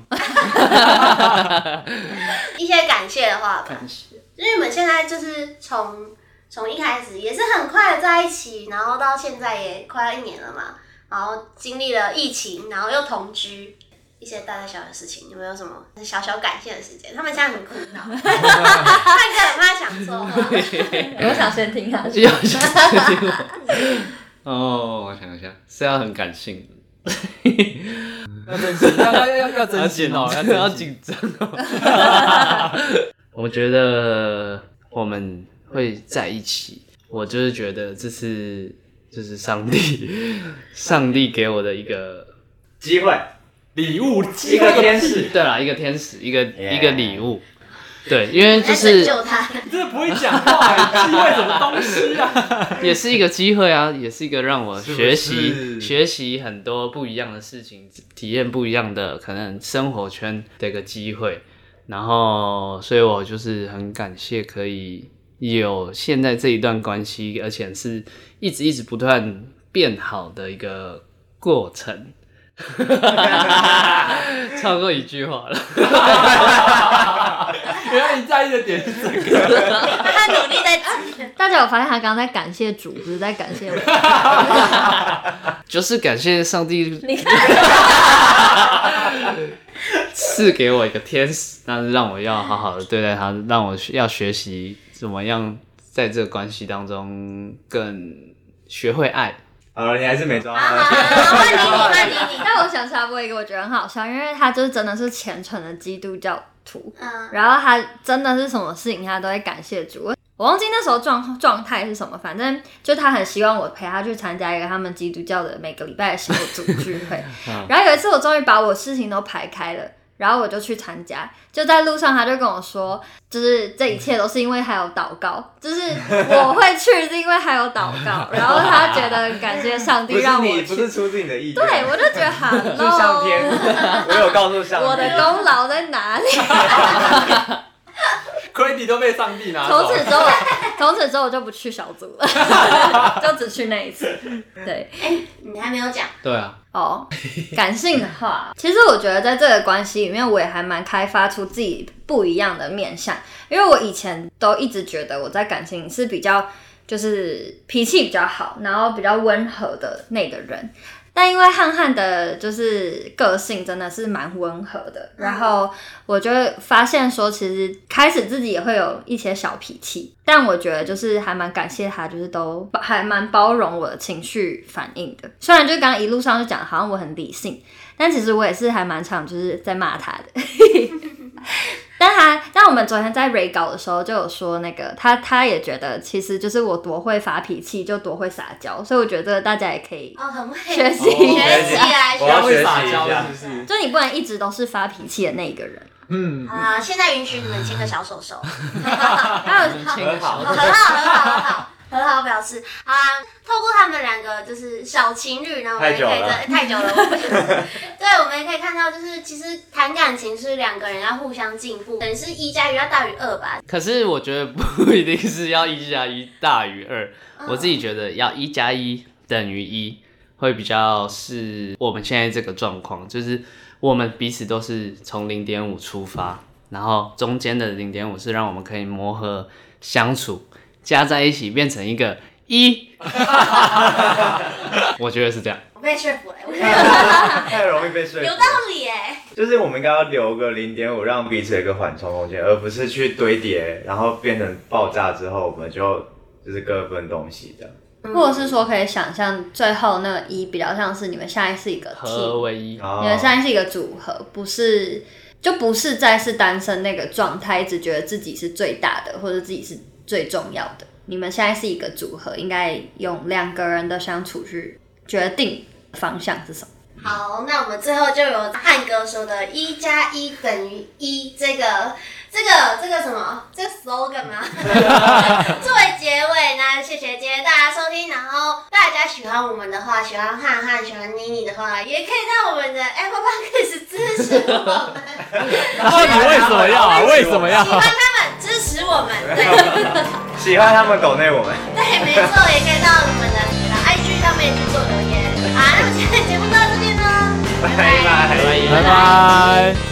S3: 一些感谢的话吧。
S4: 感谢
S3: 就是你们现在就是从从一开始也是很快的在一起，然后到现在也快要一年了嘛，然后经历了疫情，然后又同居，一些大大小小的事情，有没有什么小小感谢的时间？他们现在很苦恼，汉哥很怕讲错话，
S1: 我想先听他
S4: 要相信我。 哦，我想一下，是要很感 性，
S5: 要珍惜，要要要要珍惜哦，要
S4: 真的要
S5: 珍惜。
S4: 紧哦张哦。 我觉得我们会在一起，我就是觉得这是就是上帝， 上帝给我的一个
S2: 机会，
S5: 礼物
S2: 一个天使，
S4: 对啦，一个天使，一个
S2: Yeah
S4: 一个礼物。对，因为就
S3: 来拯
S4: 是
S3: 救他。
S5: 真的不会讲话，机会什么东西啊？
S4: 也是一个机会啊，也是一个让我
S2: 是不
S4: 学习
S2: 是
S4: 学习很多不一样的事情，体验不一样的可能生活圈的一个机会。然后，所以我就是很感谢可以有现在这一段关系，而且是一直一直不断变好的一个过程。 超过一句话了。
S5: 原来你在意的点是这个，
S3: 他努力在记，
S1: 大家有发现他刚刚在感谢主，不是在感谢我？
S4: 就是感谢上帝
S1: 你看，
S4: 赐给我一个天使，那让我要好好的对待他，让我要学习怎么样在这个关系当中更学会爱。
S2: 好了，你还是没抓
S3: 好好
S2: 到。
S1: 啊
S3: 好，换妮妮，换妮妮。
S1: 但我想插播一个，我觉得很好笑，因为他就是真的是虔诚的基督教徒，
S3: 嗯，
S1: 然后他真的是什么事情他都会感谢主。我我忘记那时候状状态是什么，反正就他很希望我陪他去参加一个他们基督教的每个礼拜的小组聚 会。然后有一次我终于把我事情都排开了，然后我就去参加，就在路上他就跟我说，就是这一切都是因为还有祷告，就是我会去是因为还有祷告，然后他觉得感谢上
S2: 不
S1: 帝
S2: 是
S1: 让我
S2: 你，不
S1: 去
S2: 是。出自你的意愿，
S1: 对，我就觉得哈
S2: 是上天
S1: e，
S2: 我有告诉上
S1: 我的
S2: 帝，
S1: 功劳在哪 里？
S5: 亏你都被上帝拿
S1: 从
S5: 走
S1: 此。之后，从此之后我就不去小组了， 就只去那一次。对，
S3: 你还没有讲，
S4: 对啊，
S1: 哦，感性的话，其实我觉得在这个关系里面，我也还蛮开发出自己不一样的面相，因为我以前都一直觉得我在感情是比较就是脾气比较好，然后比较温和的那个人。但因为汉汉的就是个性真的是蛮温和的，然后我就会发现说，其实开始自己也会有一些小脾气，但我觉得就是还蛮感谢他，就是都包还蛮包容我的情绪反应的。虽然就刚刚一路上就讲好像我很理性，但其实我也是还蛮常就是在骂他的， 但他但我们昨天在 re 稿的时候就有说，那个他他也觉得，其实就是我多会发脾气，就多会撒娇，所以我觉得大家也可以，
S3: 哦，很会
S1: 学习
S3: 学
S1: 一下
S3: 起来，
S2: 我要
S3: 学
S2: 学习
S3: 起来
S2: 一下
S5: 不是？
S1: 就你不能一直都是发脾气的那一个人。
S5: 嗯，
S3: 啊！现在允许你们牵个小手手，
S1: 还有群
S2: 很好
S3: 哦很好，很好，很好。很好表示好啊！透过他们两个就是小情侣呢，我们也可以在哎太久了，我不 对，我们也可以看到，就是其实谈感情是两个人要互相进步，等于是一加一要大于二吧。
S4: 可是我觉得不一定是要一加一大于二，我自己觉得要一加一等于一会比较是我们现在这个状况，就是我们彼此都是从零点五出发，然后中间的零点五是让我们可以磨合相处，加在一起变成一个一， 我觉得是这样。
S3: 我被说服了，我觉得
S2: 太容易被说服
S3: 有
S2: 了
S3: 道。理哎。
S2: 就是我们应该要留个零点五，让彼此有一个缓冲空间，而呃不是去堆叠，然后变成爆炸之后，我们就就是各奔东西这样。
S1: 或者是说可以想象最后那个一比较像是你们现在是一个
S4: 合
S1: team，
S4: 为一，
S2: 然后
S1: 你们现在是一个组合，不是就不是再是单身那个状态，一直觉得自己是最大的或者自己是最重要的。你们现在是一个组合，应该用两个人的相处去决定方向是什么。
S3: 好，那我们最后就有汉哥说的“一加一等于一”这个、这个、这个什么？这个 slogan 吗？作为结尾呢，谢谢今天大家收听。然后大家喜欢我们的话，喜欢汉汉、喜欢妮妮的话，也可以在我们的 Apple Podcast 支持我 们，
S5: 然后你为什么要啊？为什么要
S3: 喜？欢他们，支持我们。对，
S2: 喜欢他们狗内我们，
S3: 对，没错，也可以到我们的 IG 上面去做留言。啊，那我们今天的节目到这边喽，拜拜
S2: 拜拜。
S4: 拜
S5: 拜拜。